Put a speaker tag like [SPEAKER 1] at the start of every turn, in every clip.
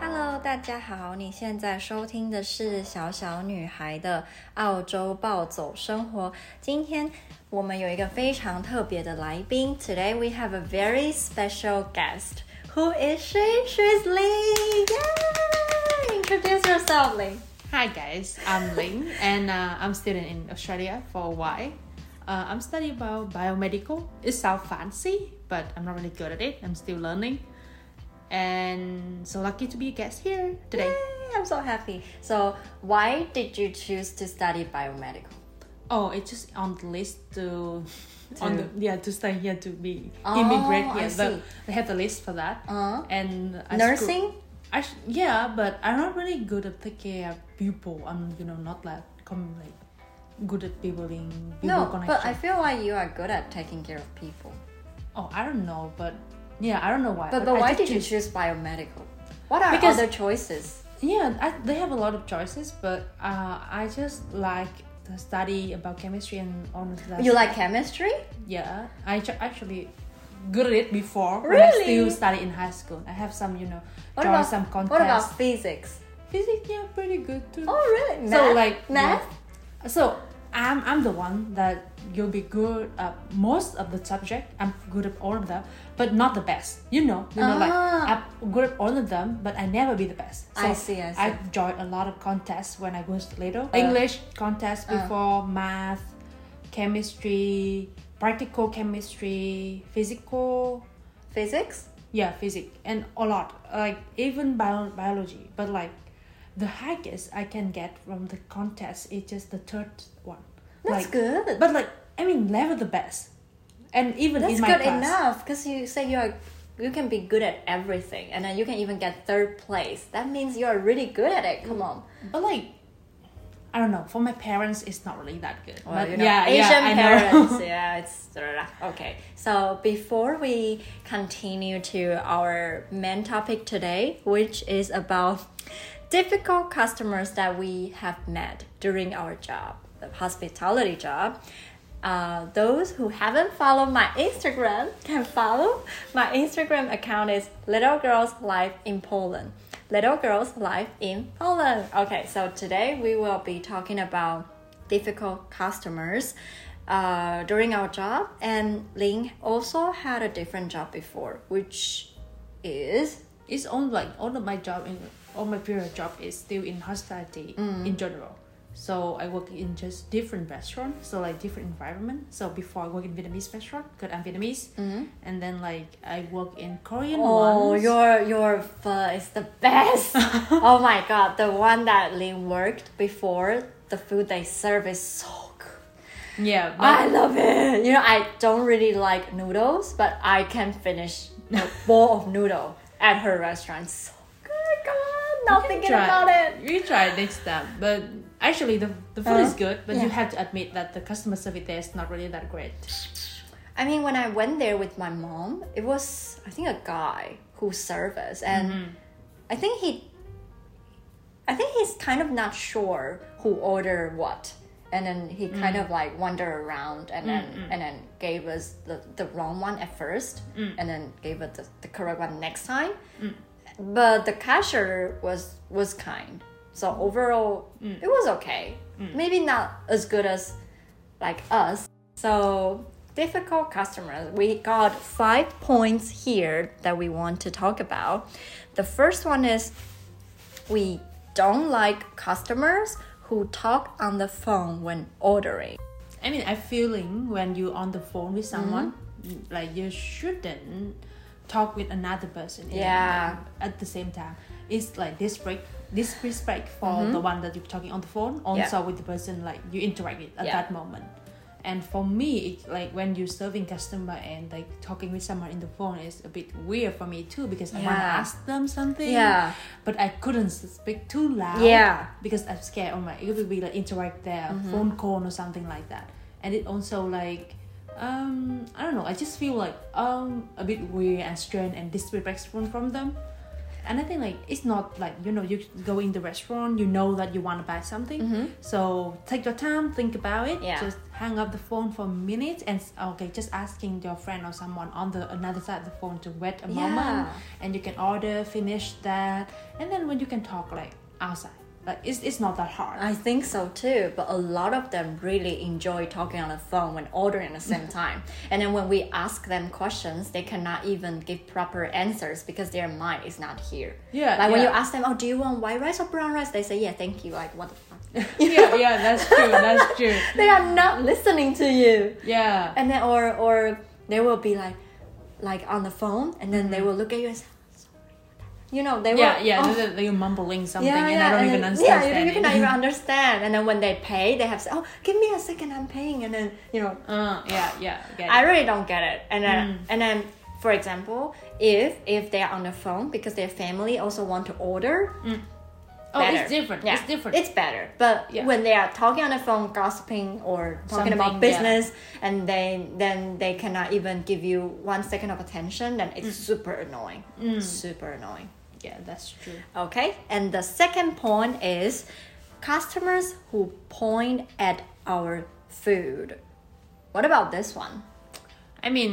[SPEAKER 1] Hello，大家好，你现在收听的是小小女孩的澳洲暴走生活。今天我们有一个非常特别的来宾，Today we have a very special guest. Who is she? She's Lee. Yay! Introduce yourself, Lee.
[SPEAKER 2] Hi guys, I'm Ling and uh, I'm student in Australia for Y. Uh, I'm studying about biomedical. It sounds fancy, but I'm not really good at it. I'm still learning, and so lucky to be a guest here today.
[SPEAKER 1] Yay, I'm so happy. So, why did you choose to study biomedical?
[SPEAKER 2] Oh, it's just on the list to, on the
[SPEAKER 1] To-
[SPEAKER 2] yeah to stay here to be
[SPEAKER 1] Oh,
[SPEAKER 2] immigrant
[SPEAKER 1] I
[SPEAKER 2] here.
[SPEAKER 1] see.
[SPEAKER 2] But they have the list for that.
[SPEAKER 1] Uh-huh.
[SPEAKER 2] And I
[SPEAKER 1] Nursing?
[SPEAKER 2] I sh- yeah, but I'm not really good at taking care of people. I'm you know not like come like good at building people
[SPEAKER 1] no,
[SPEAKER 2] connection.
[SPEAKER 1] but I feel like you are good at taking care of people.
[SPEAKER 2] Oh, I don't know, but yeah, I don't know why.
[SPEAKER 1] But, but
[SPEAKER 2] I
[SPEAKER 1] why
[SPEAKER 2] just
[SPEAKER 1] did you
[SPEAKER 2] choose-
[SPEAKER 1] choose biomedical? What are
[SPEAKER 2] Because-
[SPEAKER 1] other choices?
[SPEAKER 2] Yeah, I, they have a lot of choices, but uh, I just like to study about chemistry and honors. that-
[SPEAKER 1] You like chemistry?
[SPEAKER 2] Yeah, I ch- actually good at it before.
[SPEAKER 1] Really?
[SPEAKER 2] When I still study in high school. I have some, you know,
[SPEAKER 1] What
[SPEAKER 2] join
[SPEAKER 1] about
[SPEAKER 2] some contest.
[SPEAKER 1] What about physics?
[SPEAKER 2] physics? Yeah, pretty good too.
[SPEAKER 1] Oh, really? Math?
[SPEAKER 2] So like
[SPEAKER 1] math?
[SPEAKER 2] yeah. So I'm I'm the one that you'll be good at most of the subject. I'm good at all of them, but not the best. You know, you know, like
[SPEAKER 1] Ah.
[SPEAKER 2] I'm good at all of them, but I never be the best.
[SPEAKER 1] I see, I see. Uh.
[SPEAKER 2] I joined a lot of contests when I was little. English contest before math, chemistry, practical chemistry, physical.
[SPEAKER 1] Physics?
[SPEAKER 2] Yeah, physics and a lot, like even bio- biology. But like, the highest I can get from the contest is just the third one.
[SPEAKER 1] That's
[SPEAKER 2] like,
[SPEAKER 1] good.
[SPEAKER 2] But like, I mean, never the best, and even
[SPEAKER 1] That's
[SPEAKER 2] in my
[SPEAKER 1] good
[SPEAKER 2] class.
[SPEAKER 1] enough because you say you are you can be good at everything and then you can even get third place. That means you are really good at it. Come on.
[SPEAKER 2] But like, I don't know. For my parents, it's not really that good.
[SPEAKER 1] Well,
[SPEAKER 2] but
[SPEAKER 1] you know,
[SPEAKER 2] yeah,
[SPEAKER 1] Asian
[SPEAKER 2] yeah, I know.
[SPEAKER 1] parents. yeah, it's okay. So before we continue to our main topic today, which is about difficult customers that we have met during our job, the hospitality job. Uh, those who haven't followed my Instagram can follow. My Instagram account is Little Girls Life in Poland. Little Girls Life in Poland. Okay, so today we will be talking about difficult customers uh, during our job. And Ling also had a different job before, which is
[SPEAKER 2] it's on like all of my job in all my period job is still in hospitality
[SPEAKER 1] Mm.
[SPEAKER 2] in general. So I work in just different restaurant, so like different environment. So before I work in Vietnamese restaurant, cause I'm Vietnamese, and then like I work in Korean
[SPEAKER 1] Mm-hmm. oh
[SPEAKER 2] ones.
[SPEAKER 1] your your pho is the best. oh my god, the one that Ling worked before, the food they serve is so good.
[SPEAKER 2] yeah, but
[SPEAKER 1] I love it. You know, I don't really like noodles, but I can finish a bowl of noodle at her restaurant. So good, come on, not thinking
[SPEAKER 2] try.
[SPEAKER 1] about it.
[SPEAKER 2] You try it next time, but actually the the food is
[SPEAKER 1] Uh,
[SPEAKER 2] good, but you
[SPEAKER 1] yeah.
[SPEAKER 2] have to admit that the customer service there is not really that great.
[SPEAKER 1] I mean, when I went there with my mom, it was I think a guy who served us, and I think he, I think he's kind of not sure who ordered what, and then he kind of like wandered around, and then and then gave us the, the wrong one at first, and then gave us the, the correct one next time. But the cashier was was kind, so overall it was okay. Maybe not as good as like us, so, difficult customers. We got five points here that we want to talk about. The first one is we don't like customers who talk on the phone when ordering.
[SPEAKER 2] I mean, I feeling when you on the phone with
[SPEAKER 1] Mm-hmm.
[SPEAKER 2] someone, like you shouldn't talk with another person. in-
[SPEAKER 1] Yeah.
[SPEAKER 2] At the same time, it's like disrespect, disrespect for
[SPEAKER 1] Mm-hmm.
[SPEAKER 2] the one that you're talking on the phone, also with the person like you interact with at
[SPEAKER 1] Yeah.
[SPEAKER 2] that moment. And for me, it's like when you're serving customer and like talking with someone in the phone is a bit weird for me too because I want to
[SPEAKER 1] Yeah.
[SPEAKER 2] ask them something.
[SPEAKER 1] Yeah.
[SPEAKER 2] But I couldn't speak too loud
[SPEAKER 1] Yeah.
[SPEAKER 2] because I'm scared. Oh my, it would be like interact there,
[SPEAKER 1] Mm-hmm.
[SPEAKER 2] phone call or something like that. And it also like, um, I don't know. I just feel like um a bit weird and strange and disrespectful from them. and I think like it's not like you know you go in the restaurant you know that you want to buy something so take your time think about it
[SPEAKER 1] Mm-hmm. Yeah.
[SPEAKER 2] just hang up the phone for a minute and s- okay just asking your friend or someone on the another side of the phone to wait a moment
[SPEAKER 1] Yeah.
[SPEAKER 2] and you can order finish that and then when you can talk like outside like it's, it's not that hard
[SPEAKER 1] I think so too, but a lot of them really enjoy talking on the phone when ordering at the same time. And then when we ask them questions, they cannot even give proper answers because their mind is not here.
[SPEAKER 2] Yeah,
[SPEAKER 1] Like when you
[SPEAKER 2] yeah.
[SPEAKER 1] ask them, oh, do you want white rice or brown rice? They say, yeah, thank you. Like, what the fuck?
[SPEAKER 2] yeah yeah that's true that's true
[SPEAKER 1] they are not listening to you.
[SPEAKER 2] yeah
[SPEAKER 1] And then, or, or they will be like, like on the phone, and then they will look at you and say, you know, they
[SPEAKER 2] Mm-hmm. yeah
[SPEAKER 1] will.
[SPEAKER 2] yeah
[SPEAKER 1] "Oh,
[SPEAKER 2] they're- they're, they're mumbling something
[SPEAKER 1] yeah,
[SPEAKER 2] and
[SPEAKER 1] yeah,
[SPEAKER 2] i don't
[SPEAKER 1] and
[SPEAKER 2] even
[SPEAKER 1] then-
[SPEAKER 2] understand
[SPEAKER 1] Yeah, you, you
[SPEAKER 2] it.
[SPEAKER 1] cannot even understand. And then when they pay, they have to say, oh, give me a second, I'm paying. And then, you know,
[SPEAKER 2] uh, yeah yeah Mm. I get it.
[SPEAKER 1] I really don't get it. And then, and then, for example, if if they are on the phone because their family also want to order,
[SPEAKER 2] oh
[SPEAKER 1] better.
[SPEAKER 2] it's different
[SPEAKER 1] Yeah,
[SPEAKER 2] it's different
[SPEAKER 1] It's better. But
[SPEAKER 2] Yeah.
[SPEAKER 1] when they are talking on the phone, gossiping or talking about
[SPEAKER 2] Something, yeah.
[SPEAKER 1] business, and then then they cannot even give you one second of attention, then it's
[SPEAKER 2] Mm.
[SPEAKER 1] super annoying. Super annoying.
[SPEAKER 2] yeah that's true
[SPEAKER 1] Okay, and the second point is customers who point at our food. What about this one?
[SPEAKER 2] I mean,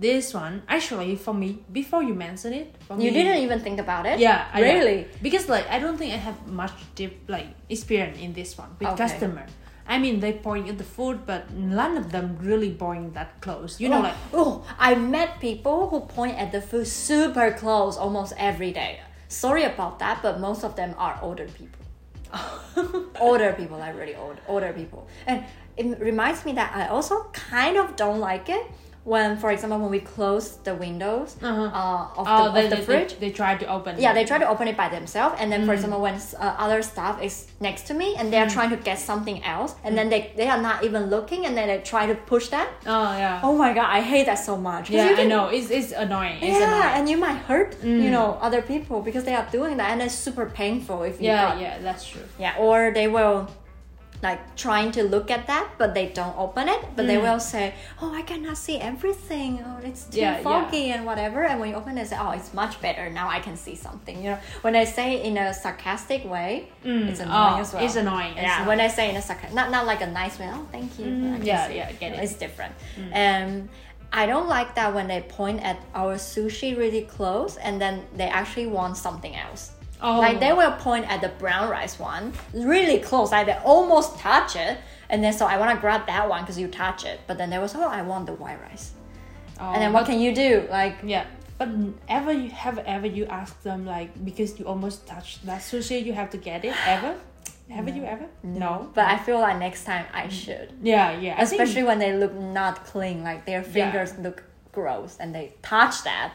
[SPEAKER 2] this one actually for me before you mentioned it, for
[SPEAKER 1] You
[SPEAKER 2] me-
[SPEAKER 1] didn't even think about it?
[SPEAKER 2] Yeah, I know.
[SPEAKER 1] really?
[SPEAKER 2] Because like I don't think I have much deep like experience in this one with
[SPEAKER 1] Okay.
[SPEAKER 2] customer. I mean, they point at the food, but none of them really point that close. You know,
[SPEAKER 1] oh,
[SPEAKER 2] like
[SPEAKER 1] oh, I met people who point at the food super close almost every day. Sorry about that, but most of them are older people. older people, like really old, older people. And it reminds me that I also kind of don't like it when, for example, when we close the windows uh of, the,
[SPEAKER 2] oh,
[SPEAKER 1] of
[SPEAKER 2] they,
[SPEAKER 1] the
[SPEAKER 2] they,
[SPEAKER 1] fridge.
[SPEAKER 2] They, they try to open.
[SPEAKER 1] yeah
[SPEAKER 2] it.
[SPEAKER 1] they try to open it by themselves and then for
[SPEAKER 2] Mm.
[SPEAKER 1] example when uh, other staff is next to me and they're trying to get something else
[SPEAKER 2] Mm.
[SPEAKER 1] and then they, they are not even looking and then they try to push that
[SPEAKER 2] Oh yeah.
[SPEAKER 1] oh my god i hate that so much 'Cause
[SPEAKER 2] yeah,
[SPEAKER 1] you
[SPEAKER 2] I
[SPEAKER 1] can-
[SPEAKER 2] know. It's it's annoying. It's
[SPEAKER 1] yeah
[SPEAKER 2] annoying. Mm.
[SPEAKER 1] and you might hurt you know other people because they are doing that and it's super painful if you
[SPEAKER 2] Yeah,
[SPEAKER 1] got-
[SPEAKER 2] yeah, that's true.
[SPEAKER 1] yeah or they will like trying to look at that but they don't open it but
[SPEAKER 2] Mm.
[SPEAKER 1] they will say oh i cannot see everything oh it's too
[SPEAKER 2] Yeah, yeah.
[SPEAKER 1] foggy and whatever and when you open it say oh it's much better now i can see something you know when i say in a sarcastic way it's annoying
[SPEAKER 2] Oh,
[SPEAKER 1] as well
[SPEAKER 2] it's annoying.
[SPEAKER 1] yeah
[SPEAKER 2] It's
[SPEAKER 1] when i say in a sarcastic not, not like a nice way oh thank you but I can
[SPEAKER 2] yeah,
[SPEAKER 1] see
[SPEAKER 2] yeah, I get it.
[SPEAKER 1] it's different
[SPEAKER 2] Mm.
[SPEAKER 1] and i don't like that when they point at our sushi really close and then they actually want something else
[SPEAKER 2] Oh.
[SPEAKER 1] like they will point at the brown rice one really close, like they almost touch it. And then so I want to grab that one because you touch it. But then they was, oh, I want the white rice.
[SPEAKER 2] Oh,
[SPEAKER 1] And then what can you do? Like,
[SPEAKER 2] Yeah. But ever you have ever you ask them like because you almost touched that sushi you have to get it ever? Haven't you ever? No.
[SPEAKER 1] but I feel like next time I should.
[SPEAKER 2] Yeah, yeah. I think-
[SPEAKER 1] Especially when they look not clean, like their fingers look gross and they touch that.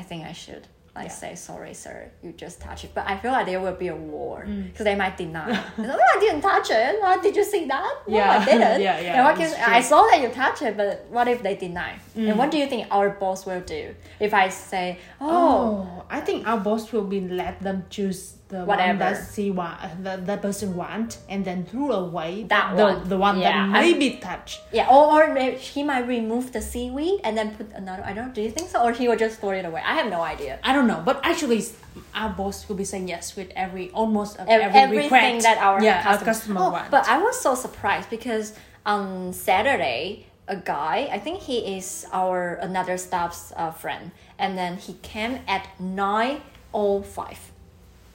[SPEAKER 1] I think I should. Like
[SPEAKER 2] Yeah.
[SPEAKER 1] say sorry, sir. You just touch it, but I feel like there will be a war
[SPEAKER 2] Mm.
[SPEAKER 1] because they might deny. oh, I didn't touch it. Oh, did you see that? No, I
[SPEAKER 2] Yeah.
[SPEAKER 1] didn't.
[SPEAKER 2] Yeah, yeah,
[SPEAKER 1] And what
[SPEAKER 2] it's
[SPEAKER 1] can-
[SPEAKER 2] true. Mm.
[SPEAKER 1] I saw that you touch it, but what if they deny? And what do you think our boss will do if I say, "Oh,
[SPEAKER 2] Oh, I think our boss will be let them choose the one
[SPEAKER 1] Whatever.
[SPEAKER 2] that she want, uh, that that person want, and then threw away
[SPEAKER 1] That
[SPEAKER 2] the
[SPEAKER 1] one.
[SPEAKER 2] the one
[SPEAKER 1] Yeah,
[SPEAKER 2] that
[SPEAKER 1] I-
[SPEAKER 2] maybe touched.
[SPEAKER 1] yeah," or, or may- he might remove the seaweed and then put another. I don't. Do you think so, or he will just throw it away? I have no idea.
[SPEAKER 2] I don't know, but actually, s- our boss will be saying yes with every almost of
[SPEAKER 1] Ev-
[SPEAKER 2] every
[SPEAKER 1] everything
[SPEAKER 2] request
[SPEAKER 1] that our
[SPEAKER 2] yeah
[SPEAKER 1] customer,
[SPEAKER 2] our customer
[SPEAKER 1] Oh,
[SPEAKER 2] want.
[SPEAKER 1] But I was so surprised because on Saturday, a guy, I think he is our another staff's uh, friend, and then he came at nine oh five.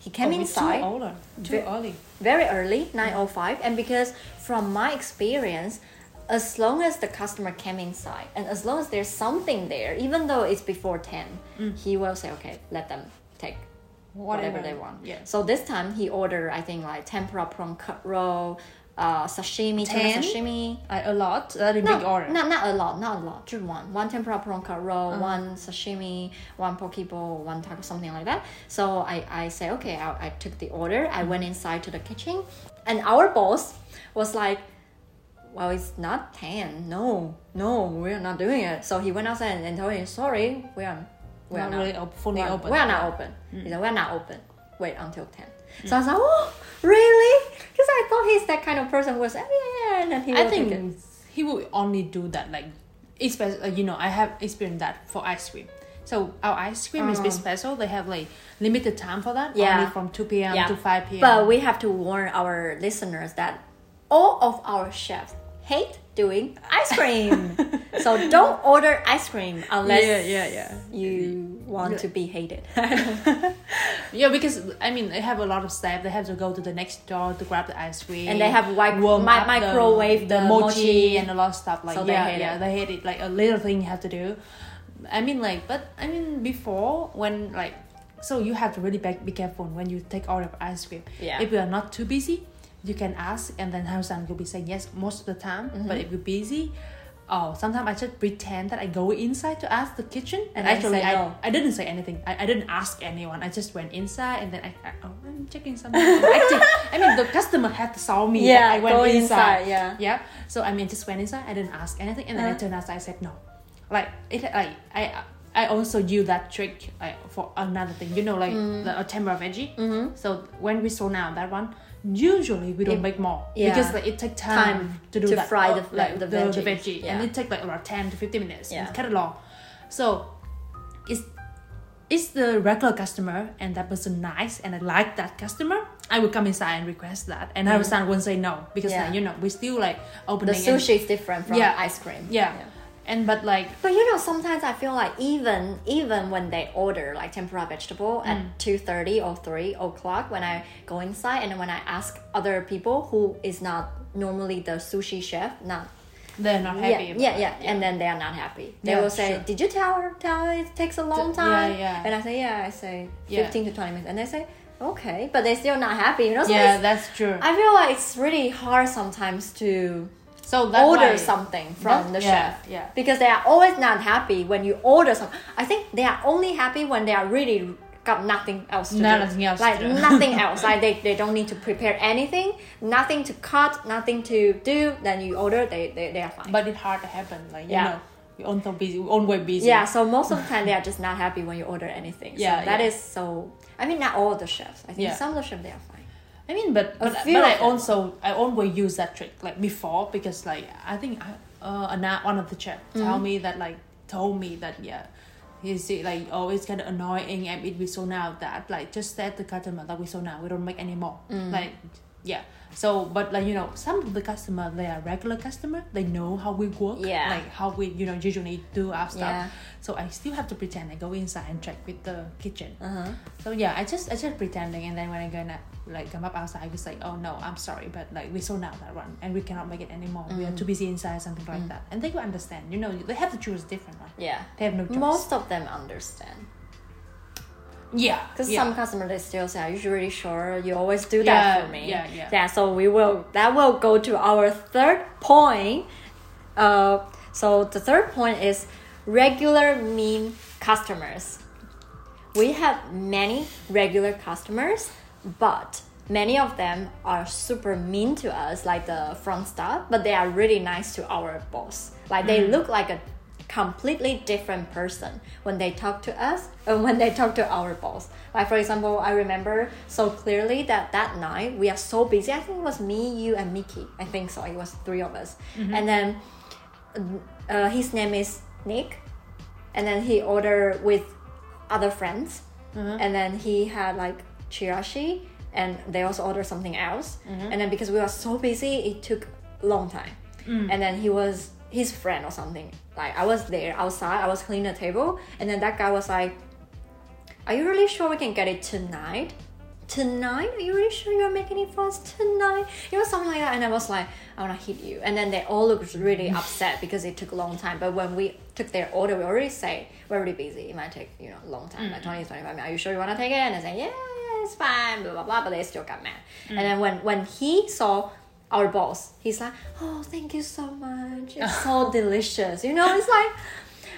[SPEAKER 1] He came
[SPEAKER 2] Oh, it's
[SPEAKER 1] inside
[SPEAKER 2] too older, too
[SPEAKER 1] Ve-
[SPEAKER 2] early.
[SPEAKER 1] very early 905 and because from my experience as long as the customer came inside and as long as there's something there even though it's before 10
[SPEAKER 2] Mm.
[SPEAKER 1] he will say okay let them take whatever,
[SPEAKER 2] Whatever,
[SPEAKER 1] they want
[SPEAKER 2] yeah.
[SPEAKER 1] so this time he ordered i think like tempura prawn cut roll uh, sashimi tempura
[SPEAKER 2] 10?
[SPEAKER 1] sashimi
[SPEAKER 2] Like a lot, a
[SPEAKER 1] no,
[SPEAKER 2] big order.
[SPEAKER 1] Not, not a lot, not a lot. Just one. One tempura prawn cut roll,
[SPEAKER 2] Uh-huh.
[SPEAKER 1] one sashimi, one poke bowl, one taco, something like that. So I, I say, okay, I, I took the order. I
[SPEAKER 2] Mm-hmm.
[SPEAKER 1] went inside to the kitchen. And our boss was like, well, it's not 10. No, no, we're not doing it. So he went outside and, and told him, sorry, we are, we are
[SPEAKER 2] Not really op- fully
[SPEAKER 1] we are-
[SPEAKER 2] open. Mm.
[SPEAKER 1] We are not open. He said, we're not open. Wait until 10. So I was like, oh, really? Because I thought he's that kind of person who was, "Oh, yeah, and then he
[SPEAKER 2] I
[SPEAKER 1] will take it."
[SPEAKER 2] uh, think he will only do that like especially you know I have experienced that for ice cream. So our ice cream is a bit special. They have like limited time for that.
[SPEAKER 1] Oh. Yeah.
[SPEAKER 2] Only from 2 p.m.
[SPEAKER 1] Yeah.
[SPEAKER 2] to 5 p.m.
[SPEAKER 1] But we have to warn our listeners that all of our chefs hate doing ice cream. so don't order ice cream unless
[SPEAKER 2] Yeah, yeah, yeah.
[SPEAKER 1] you want to be hated.
[SPEAKER 2] yeah, because I mean, they have a lot of staff. They have to go to the next door to grab the ice cream,
[SPEAKER 1] And they have like
[SPEAKER 2] warm
[SPEAKER 1] mi-
[SPEAKER 2] up the-
[SPEAKER 1] microwave the mochi.
[SPEAKER 2] and a lot of stuff. Like
[SPEAKER 1] So they
[SPEAKER 2] yeah,
[SPEAKER 1] hate
[SPEAKER 2] yeah,
[SPEAKER 1] it.
[SPEAKER 2] they hate it. Like a little thing you have to do. I mean, like, but I mean, before when like, so you have to really be, be careful when you take order of ice cream.
[SPEAKER 1] Yeah.
[SPEAKER 2] If you are not too busy, you can ask, and then Hamsan will be saying yes most of the time.
[SPEAKER 1] Mm-hmm.
[SPEAKER 2] But if you're busy. Oh, sometimes I just pretend that I go inside to ask the kitchen,
[SPEAKER 1] And
[SPEAKER 2] and,
[SPEAKER 1] then
[SPEAKER 2] actually
[SPEAKER 1] say
[SPEAKER 2] I,
[SPEAKER 1] no.
[SPEAKER 2] I didn't say anything. I, I didn't ask anyone. I just went inside and then I, I oh, I'm checking something. Acting. I mean, the customer had saw me.
[SPEAKER 1] Yeah,
[SPEAKER 2] I went
[SPEAKER 1] go
[SPEAKER 2] inside.
[SPEAKER 1] inside, yeah.
[SPEAKER 2] Yeah. So I mean, just went inside. I didn't ask anything, and then I
[SPEAKER 1] Uh-huh.
[SPEAKER 2] turned outside. I said no. Like it. Like I. I also use that trick like, for another thing. You know, like
[SPEAKER 1] Mm.
[SPEAKER 2] the a temper veggie.
[SPEAKER 1] Mm-hmm.
[SPEAKER 2] So when we saw now that one. Usually we don't make more
[SPEAKER 1] yeah.
[SPEAKER 2] because like it takes time,
[SPEAKER 1] Time
[SPEAKER 2] to do
[SPEAKER 1] to
[SPEAKER 2] that,
[SPEAKER 1] fry
[SPEAKER 2] uh,
[SPEAKER 1] the- the-
[SPEAKER 2] like,
[SPEAKER 1] the
[SPEAKER 2] the
[SPEAKER 1] veggies.
[SPEAKER 2] veggie, and
[SPEAKER 1] Yeah.
[SPEAKER 2] it takes like around ten to fifteen minutes.
[SPEAKER 1] Yeah.
[SPEAKER 2] It's kind of long, so it's it's the regular customer and that person nice and I like that customer, I will come inside and request that. And I understand won't say no
[SPEAKER 1] Mm-hmm.
[SPEAKER 2] because
[SPEAKER 1] Yeah.
[SPEAKER 2] like, you know we still like
[SPEAKER 1] the
[SPEAKER 2] opening and-
[SPEAKER 1] sushi is different from
[SPEAKER 2] Yeah.
[SPEAKER 1] ice cream.
[SPEAKER 2] yeah. and but like
[SPEAKER 1] But you know, sometimes I feel like even even when they order like tempura vegetable
[SPEAKER 2] Mm.
[SPEAKER 1] at two thirty or three o'clock, when I go inside and when I ask other people who is not normally the sushi chef, not
[SPEAKER 2] they're not happy.
[SPEAKER 1] yeah,
[SPEAKER 2] about
[SPEAKER 1] yeah,
[SPEAKER 2] it.
[SPEAKER 1] yeah, and then they are not happy. They
[SPEAKER 2] Yeah,
[SPEAKER 1] will say,
[SPEAKER 2] sure.
[SPEAKER 1] "Did you tell her? Tell her it takes a long
[SPEAKER 2] yeah,
[SPEAKER 1] time."
[SPEAKER 2] yeah.
[SPEAKER 1] And I say, "Yeah." I say
[SPEAKER 2] Yeah.
[SPEAKER 1] fifteen to twenty minutes, and they say, "Okay," but they're still not happy. You know, so
[SPEAKER 2] Yeah,
[SPEAKER 1] it's-
[SPEAKER 2] that's true.
[SPEAKER 1] I feel like it's really hard sometimes to
[SPEAKER 2] so that's
[SPEAKER 1] order
[SPEAKER 2] why,
[SPEAKER 1] something from
[SPEAKER 2] that-
[SPEAKER 1] the
[SPEAKER 2] yeah,
[SPEAKER 1] chef.
[SPEAKER 2] yeah.
[SPEAKER 1] Because they are always not happy when you order something. I think they are only happy when they are really got nothing else to do.
[SPEAKER 2] Nothing else to
[SPEAKER 1] Like
[SPEAKER 2] do.
[SPEAKER 1] nothing else. Like they, they don't need to prepare anything, nothing to cut, nothing to do. Then you order, they, they, they are fine.
[SPEAKER 2] But it's hard to happen. Like you
[SPEAKER 1] Yeah.
[SPEAKER 2] know, we on so busy, we on way busy.
[SPEAKER 1] yeah, so most of the time they are just not happy when you order anything.
[SPEAKER 2] Yeah,
[SPEAKER 1] so that
[SPEAKER 2] yeah.
[SPEAKER 1] is so. I mean, not all the chefs. I think
[SPEAKER 2] Yeah.
[SPEAKER 1] some of the chefs they are fine.
[SPEAKER 2] I mean, but but,
[SPEAKER 1] few
[SPEAKER 2] but I
[SPEAKER 1] of them.
[SPEAKER 2] also I always use that trick like before because like I think I, uh ana- one of the chef
[SPEAKER 1] Mm-hmm.
[SPEAKER 2] tell me that like told me that yeah he said like oh it's kind of annoying and it we saw now that like just that the customer that we saw now we don't make anymore
[SPEAKER 1] Mm.
[SPEAKER 2] like yeah so but like you know some of the customer they are regular customer they know how we work
[SPEAKER 1] Yeah.
[SPEAKER 2] like how we you know usually do our stuff
[SPEAKER 1] Yeah.
[SPEAKER 2] so I still have to pretend I go inside and check with the kitchen so yeah, I just I just pretending, and then when I gonna like come up outside, I was like, oh no, I'm sorry, but like we sold out that one, and we cannot make it anymore. We are
[SPEAKER 1] Mm.
[SPEAKER 2] too busy inside, something like that. And they will understand, you know, they have to choose different one.
[SPEAKER 1] Yeah.
[SPEAKER 2] They have no choice.
[SPEAKER 1] Most of them understand.
[SPEAKER 2] yeah,
[SPEAKER 1] Because
[SPEAKER 2] yeah.
[SPEAKER 1] some customers they still say, "Are you really sure? You always do that
[SPEAKER 2] Yeah,
[SPEAKER 1] for me."
[SPEAKER 2] yeah, yeah.
[SPEAKER 1] So we will that will go to our third point. Uh, so the third point is regular mean customers. We have many regular customers, but many of them are super mean to us, like the front staff. But they are really nice to our boss. Like they look like a completely different person when they talk to us and when they talk to our boss. Like for example, I remember so clearly that that night we are so busy. I think it was me, you, and Mickey. I think so. It was three of us, and then uh, his name is Nick, and then he ordered with other friends, and then he had like chirashi, and they also ordered something else, and then because we were so busy, it took long time, and then he was his friend or something. Like I was there outside, I was cleaning the table, and then that guy was like, "Are you really sure we can get it tonight?" Tonight? Are you really sure you're making it for us tonight? You know, something like that. And I was like, I wanna hit you. And then they all looked really upset because it took a long time. But when we took their order, we already say we're really busy. It might take, you know, a long time, like 20, 25 minutes. Are you sure you wanna take it? And I say, Yeah, yeah, it's fine, blah blah blah, but they still got mad. And then when when he saw our boss, he's like, Oh, thank you so much. It's so delicious. You know, it's like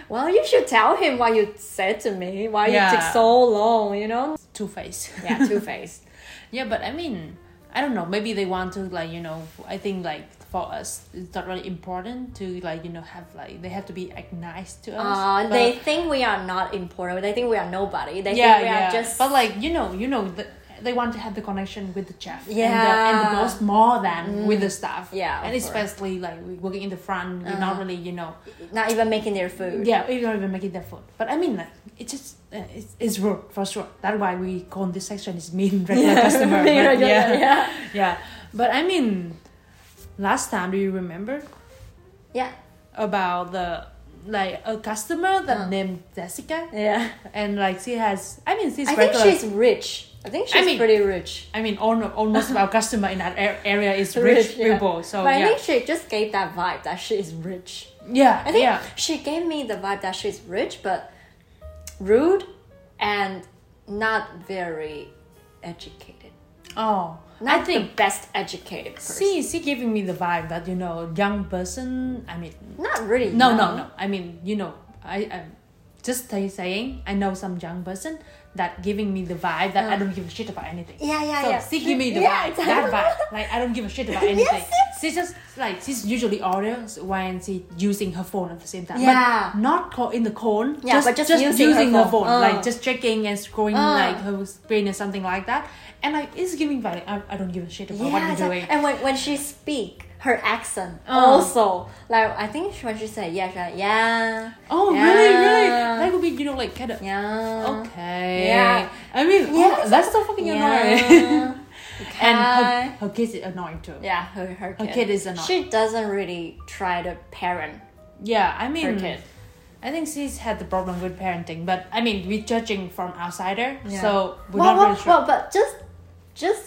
[SPEAKER 1] well, you should tell him what you said to me, why
[SPEAKER 2] Yeah.
[SPEAKER 1] you took so long, you know?
[SPEAKER 2] two face.
[SPEAKER 1] Yeah, two faced.
[SPEAKER 2] Yeah, but I mean, I don't know. Maybe they want to like you know. I think like for us, it's not really important to like you know have like they have to be like nice to us.
[SPEAKER 1] Uh,
[SPEAKER 2] but-
[SPEAKER 1] they think we are not important. They think we are nobody. They
[SPEAKER 2] yeah,
[SPEAKER 1] think we
[SPEAKER 2] yeah.
[SPEAKER 1] are just.
[SPEAKER 2] But like you know, you know, the, they want to have the connection with the chef and,
[SPEAKER 1] Yeah. Mm.
[SPEAKER 2] the, and the boss more than with the staff.
[SPEAKER 1] Yeah,
[SPEAKER 2] and
[SPEAKER 1] of course. Uh-huh.
[SPEAKER 2] especially like we working in the front, we're not really you know.
[SPEAKER 1] not even making their food.
[SPEAKER 2] Yeah, we don't even making their food. But I mean, like it's just uh, it's, it's rude for sure. That's why we call this section is mean regular customer.
[SPEAKER 1] Being
[SPEAKER 2] but
[SPEAKER 1] regular,
[SPEAKER 2] yeah,
[SPEAKER 1] yeah.
[SPEAKER 2] yeah. But I mean, last time do you remember
[SPEAKER 1] Yeah.
[SPEAKER 2] about the like a customer that named Jessica
[SPEAKER 1] Yeah.
[SPEAKER 2] and like she has I mean she's
[SPEAKER 1] I think
[SPEAKER 2] regular.
[SPEAKER 1] she's rich. I think she's
[SPEAKER 2] mean-
[SPEAKER 1] pretty rich.
[SPEAKER 2] I mean, all, almost our customer in that ar- area is rich,
[SPEAKER 1] yeah.
[SPEAKER 2] people. So
[SPEAKER 1] but I
[SPEAKER 2] yeah,
[SPEAKER 1] think she just gave that vibe that she is rich.
[SPEAKER 2] yeah,
[SPEAKER 1] I think
[SPEAKER 2] yeah.
[SPEAKER 1] she gave me the vibe that she's rich but rude and not very educated.
[SPEAKER 2] Oh,
[SPEAKER 1] Not
[SPEAKER 2] I think
[SPEAKER 1] the best educated person.
[SPEAKER 2] she she giving me the vibe that you know young person. I mean,
[SPEAKER 1] not really.
[SPEAKER 2] no,
[SPEAKER 1] young.
[SPEAKER 2] no, no. I mean, you know, I i just say, saying I know some young person that giving me the vibe that I don't give a shit about anything.
[SPEAKER 1] Yeah, yeah,
[SPEAKER 2] So
[SPEAKER 1] yeah.
[SPEAKER 2] she give me the
[SPEAKER 1] Yeah,
[SPEAKER 2] vibe,
[SPEAKER 1] exactly.
[SPEAKER 2] that vibe. Like I don't give a shit about anything.
[SPEAKER 1] yes.
[SPEAKER 2] She just like she's usually order when she using her phone at the same time.
[SPEAKER 1] Yeah.
[SPEAKER 2] But not call in the cone.
[SPEAKER 1] Yeah, but just using her
[SPEAKER 2] using her
[SPEAKER 1] phone.
[SPEAKER 2] phone,
[SPEAKER 1] Uh.
[SPEAKER 2] like just checking and scrolling
[SPEAKER 1] Uh.
[SPEAKER 2] like her screen or something like that. And like it's giving vibe. I, I don't give a shit about
[SPEAKER 1] Yeah,
[SPEAKER 2] what you're
[SPEAKER 1] it's like-
[SPEAKER 2] doing.
[SPEAKER 1] and when, when she speak, her accent
[SPEAKER 2] Oh.
[SPEAKER 1] also like I think she- when she said yeah, she's like, yeah,
[SPEAKER 2] Oh really, really?
[SPEAKER 1] Yeah.
[SPEAKER 2] That would be you know like kind of
[SPEAKER 1] yeah,
[SPEAKER 2] Okay.
[SPEAKER 1] Yeah.
[SPEAKER 2] I mean,
[SPEAKER 1] Yeah.
[SPEAKER 2] oh, that's so fucking
[SPEAKER 1] Yeah.
[SPEAKER 2] annoying. and
[SPEAKER 1] Okay.
[SPEAKER 2] her, her kids is annoying too. Yeah,
[SPEAKER 1] yeah. Her her kid.
[SPEAKER 2] kid is annoying.
[SPEAKER 1] She doesn't really try to parent
[SPEAKER 2] I
[SPEAKER 1] her
[SPEAKER 2] mean,
[SPEAKER 1] kid.
[SPEAKER 2] I think she's had the problem with parenting, but I mean, we're judging from outsider,
[SPEAKER 1] Yeah.
[SPEAKER 2] so we're
[SPEAKER 1] well,
[SPEAKER 2] not
[SPEAKER 1] well,
[SPEAKER 2] really sure.
[SPEAKER 1] well, but just just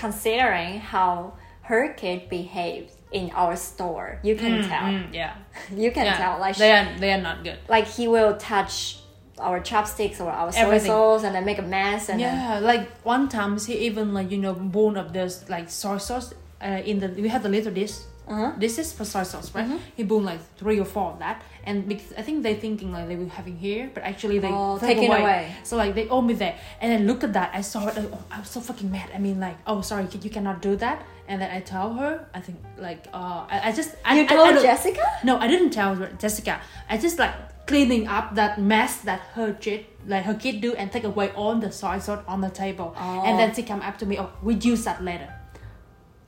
[SPEAKER 1] considering how her kid behaves in our store, you can tell.
[SPEAKER 2] Mm, yeah.
[SPEAKER 1] You can
[SPEAKER 2] yeah.
[SPEAKER 1] tell. Like she-
[SPEAKER 2] they are, they are not good.
[SPEAKER 1] like he will touch our chopsticks or our soy
[SPEAKER 2] Everything.
[SPEAKER 1] sauce and then make a mess and then,
[SPEAKER 2] Yeah, like one time he even like you know born of this like soy sauce uh, in the we had the little dish.
[SPEAKER 1] Uh-huh. Mm-hmm.
[SPEAKER 2] This is for soy sauce, right? He bought like three or four of that, and because I think they thinking like they were having here, but actually they
[SPEAKER 1] Oh,
[SPEAKER 2] take
[SPEAKER 1] taken away.
[SPEAKER 2] So like they owe me there, and then look at that. I saw it. Oh, I was so fucking mad. I mean like, oh sorry, you cannot do that. And then I tell her. I think like uh, I, I just I,
[SPEAKER 1] you
[SPEAKER 2] I-
[SPEAKER 1] told
[SPEAKER 2] I, don't-
[SPEAKER 1] Jessica?
[SPEAKER 2] no, I didn't tell her- Jessica. I just like cleaning up that mess that her kid, like her kid, do and take away all the soy sauce on the table. And then she come up to me. Oh, we use that later.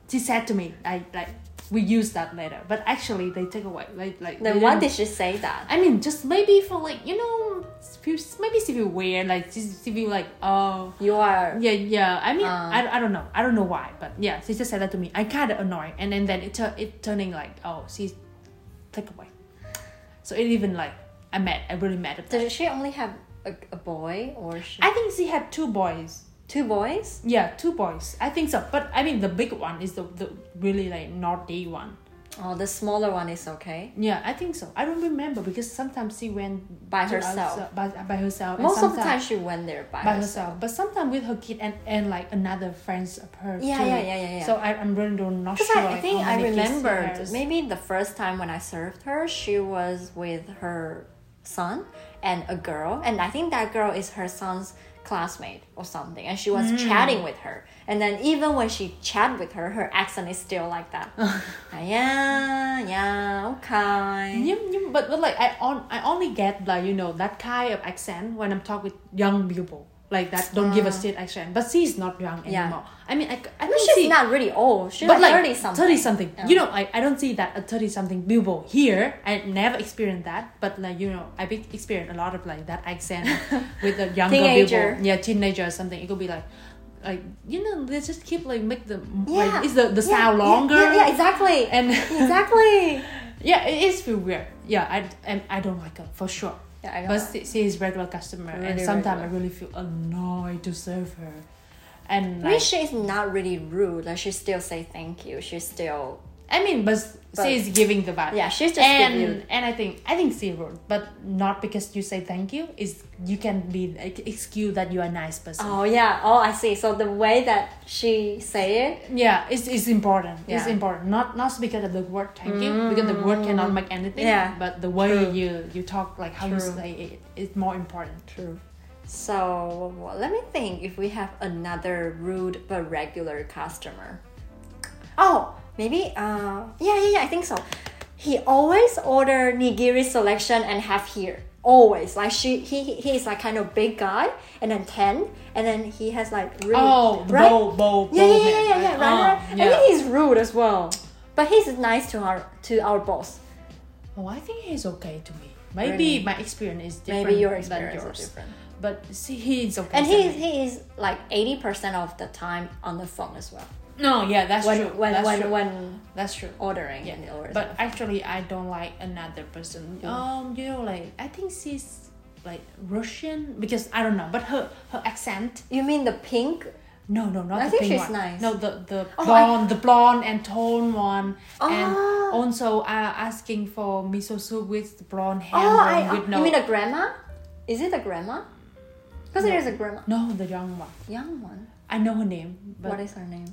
[SPEAKER 2] She said to me, I like we use that later. But actually, they take away. Like like.
[SPEAKER 1] Then
[SPEAKER 2] they
[SPEAKER 1] why
[SPEAKER 2] didn't-
[SPEAKER 1] did she say that?
[SPEAKER 2] I mean, just maybe for like you know, feel- maybe she feel weird. Like she she feel like oh.
[SPEAKER 1] You are
[SPEAKER 2] Yeah, yeah. I mean,
[SPEAKER 1] Uh.
[SPEAKER 2] I, I don't know. I don't know why, but yeah, she just said that to me. I kind of annoyed, and then then it tur- it turning like, oh, she's take away. So it even like I'm mad. I'm really mad at that.
[SPEAKER 1] does she only have a, a boy or she,
[SPEAKER 2] I think she had two boys.
[SPEAKER 1] two boys?
[SPEAKER 2] Yeah, two boys. I think so. But I mean, the big one is the the really like naughty one.
[SPEAKER 1] Oh the smaller one is okay.
[SPEAKER 2] Yeah, I think so. I don't remember because sometimes she went
[SPEAKER 1] By
[SPEAKER 2] to
[SPEAKER 1] herself.
[SPEAKER 2] outside- By, by herself. and
[SPEAKER 1] Most of the
[SPEAKER 2] sometimes-
[SPEAKER 1] time she went there by,
[SPEAKER 2] by
[SPEAKER 1] herself.
[SPEAKER 2] herself, but sometimes with her kid and, and like another friends of hers.
[SPEAKER 1] Yeah,
[SPEAKER 2] too.
[SPEAKER 1] yeah, yeah, yeah, yeah.
[SPEAKER 2] So I, I'm really don't- not
[SPEAKER 1] Because
[SPEAKER 2] sure.
[SPEAKER 1] I, I
[SPEAKER 2] like,
[SPEAKER 1] think I
[SPEAKER 2] how many kids she
[SPEAKER 1] remembered
[SPEAKER 2] has.
[SPEAKER 1] maybe the first time when I served her, she was with her son and a girl, and I think that girl is her son's classmate or something, and she was
[SPEAKER 2] Hmm.
[SPEAKER 1] chatting with her. And then even when she chat with her, her accent is still like that. Ah, yeah, yeah, okay.
[SPEAKER 2] You, you, but, but like I on I only get like you know that kind of accent when I'm talking with young people like that don't give a shit accent. But she's not young
[SPEAKER 1] Ah. Yeah.
[SPEAKER 2] anymore. I mean I, c- I
[SPEAKER 1] But
[SPEAKER 2] don't
[SPEAKER 1] she's
[SPEAKER 2] see
[SPEAKER 1] not really old. She's
[SPEAKER 2] but
[SPEAKER 1] like
[SPEAKER 2] like
[SPEAKER 1] thirty something.
[SPEAKER 2] 30 something. You know, I, I don't see that a 30 something people here. I never experienced that. But like, you know, I be experienced a lot of like that accent with the younger
[SPEAKER 1] Teenager.
[SPEAKER 2] people. Yeah, teenager or something. It could be like, like, you know, they just keep like make the,
[SPEAKER 1] Yeah.
[SPEAKER 2] like, is the, the
[SPEAKER 1] Yeah,
[SPEAKER 2] sound
[SPEAKER 1] yeah,
[SPEAKER 2] longer.
[SPEAKER 1] Yeah, yeah, exactly.
[SPEAKER 2] And
[SPEAKER 1] exactly.
[SPEAKER 2] yeah, it is feel weird. Yeah, I, and I don't like her for sure.
[SPEAKER 1] Yeah, I know.
[SPEAKER 2] But she, she is regular customer. and
[SPEAKER 1] Really
[SPEAKER 2] sometimes I
[SPEAKER 1] regular.
[SPEAKER 2] really feel annoyed to serve her. And
[SPEAKER 1] I mean,
[SPEAKER 2] like,
[SPEAKER 1] she is not really rude. Like she still say thank you. She still
[SPEAKER 2] I mean, but,
[SPEAKER 1] But-
[SPEAKER 2] she is giving the vibe.
[SPEAKER 1] yeah. She's just
[SPEAKER 2] and
[SPEAKER 1] giving you-
[SPEAKER 2] and I think I think zero, but not because you say thank you. Is you can be like, excuse that you are a nice person.
[SPEAKER 1] Oh yeah. Oh, I see. So the way that she say it.
[SPEAKER 2] Yeah, it's, it's important.
[SPEAKER 1] Yeah.
[SPEAKER 2] It's
[SPEAKER 1] Mm.
[SPEAKER 2] important. Not not because of the word thank you, because the word cannot make anything.
[SPEAKER 1] Yeah.
[SPEAKER 2] But the way
[SPEAKER 1] True.
[SPEAKER 2] you you talk, like how you
[SPEAKER 1] True.
[SPEAKER 2] say it, is more important.
[SPEAKER 1] True. So well, let me think if we have another rude but regular customer. Oh, maybe. Uh, yeah, yeah, yeah. I think so. He always order nigiri selection and have here. Always like she he he- he is like kind of big guy and then tan and then he has like really
[SPEAKER 2] Oh, the
[SPEAKER 1] right
[SPEAKER 2] bow, bow,
[SPEAKER 1] yeah,
[SPEAKER 2] bow
[SPEAKER 1] yeah, yeah,
[SPEAKER 2] man,
[SPEAKER 1] yeah, yeah, right,
[SPEAKER 2] Oh,
[SPEAKER 1] right. I think he's rude as well, but he's nice to our to our boss.
[SPEAKER 2] Oh, I think he's okay to me. Maybe
[SPEAKER 1] Really?
[SPEAKER 2] my experience is different.
[SPEAKER 1] Maybe your
[SPEAKER 2] than
[SPEAKER 1] experience
[SPEAKER 2] yours.
[SPEAKER 1] is different.
[SPEAKER 2] But see, he's okay.
[SPEAKER 1] And
[SPEAKER 2] to
[SPEAKER 1] he,
[SPEAKER 2] me.
[SPEAKER 1] he is like 80% of the time on the phone as well.
[SPEAKER 2] no, yeah, that's
[SPEAKER 1] When,
[SPEAKER 2] true.
[SPEAKER 1] when,
[SPEAKER 2] that's
[SPEAKER 1] when,
[SPEAKER 2] true.
[SPEAKER 1] when
[SPEAKER 2] that's true.
[SPEAKER 1] ordering
[SPEAKER 2] Yeah,
[SPEAKER 1] and the orders.
[SPEAKER 2] But actually, I don't like another person.
[SPEAKER 1] Mm.
[SPEAKER 2] Um, you know, like I think she's like Russian because I don't know, but her her accent.
[SPEAKER 1] you mean the pink?
[SPEAKER 2] No, no, not
[SPEAKER 1] I
[SPEAKER 2] the
[SPEAKER 1] think
[SPEAKER 2] pink
[SPEAKER 1] she's
[SPEAKER 2] one.
[SPEAKER 1] nice.
[SPEAKER 2] No, the the
[SPEAKER 1] Oh, I-
[SPEAKER 2] blonde, the blonde and tone one, and
[SPEAKER 1] Oh.
[SPEAKER 2] also uh, asking for miso soup with the blonde hair
[SPEAKER 1] Oh, I,
[SPEAKER 2] one with no.
[SPEAKER 1] you mean the grandma? Is it the grandma? Because it is a grandma.
[SPEAKER 2] no, the young one.
[SPEAKER 1] Young one.
[SPEAKER 2] I know her name, but
[SPEAKER 1] what is her name?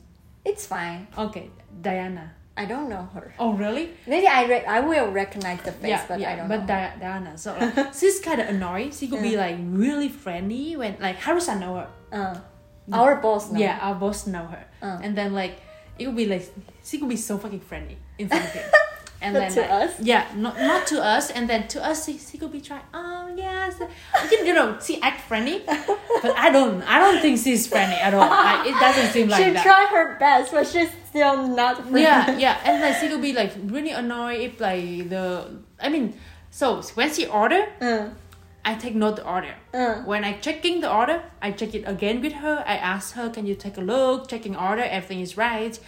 [SPEAKER 1] It's fine.
[SPEAKER 2] okay, Diana.
[SPEAKER 1] I don't know her.
[SPEAKER 2] Oh, really?
[SPEAKER 1] Maybe I re- I will recognize the face,
[SPEAKER 2] yeah,
[SPEAKER 1] but
[SPEAKER 2] yeah,
[SPEAKER 1] I don't
[SPEAKER 2] but
[SPEAKER 1] know.
[SPEAKER 2] Di- Diana. So like, she's kind of annoying. She could be like really friendly when like Harrison know her.
[SPEAKER 1] Uh, our boss knows.
[SPEAKER 2] Yeah, our boss know her.
[SPEAKER 1] Oh.
[SPEAKER 2] And then like it would be like she could be so fucking friendly in front of him. And
[SPEAKER 1] Not
[SPEAKER 2] then
[SPEAKER 1] to
[SPEAKER 2] like,
[SPEAKER 1] us?
[SPEAKER 2] Yeah, not not to us. And then to us, she, she could be trying. Oh yes, you, you know, she act friendly, but I don't. I don't think she's friendly at all. Like, it doesn't seem like
[SPEAKER 1] she
[SPEAKER 2] that.
[SPEAKER 1] tried her best, but she's still not friendly.
[SPEAKER 2] yeah, yeah, and like she could be like really annoyed if like the I mean, so when she order,
[SPEAKER 1] Mm.
[SPEAKER 2] I take note the order.
[SPEAKER 1] Mm.
[SPEAKER 2] When I checking the order, I check it again with her. I ask her, "Can you take a look? Checking order, everything is right."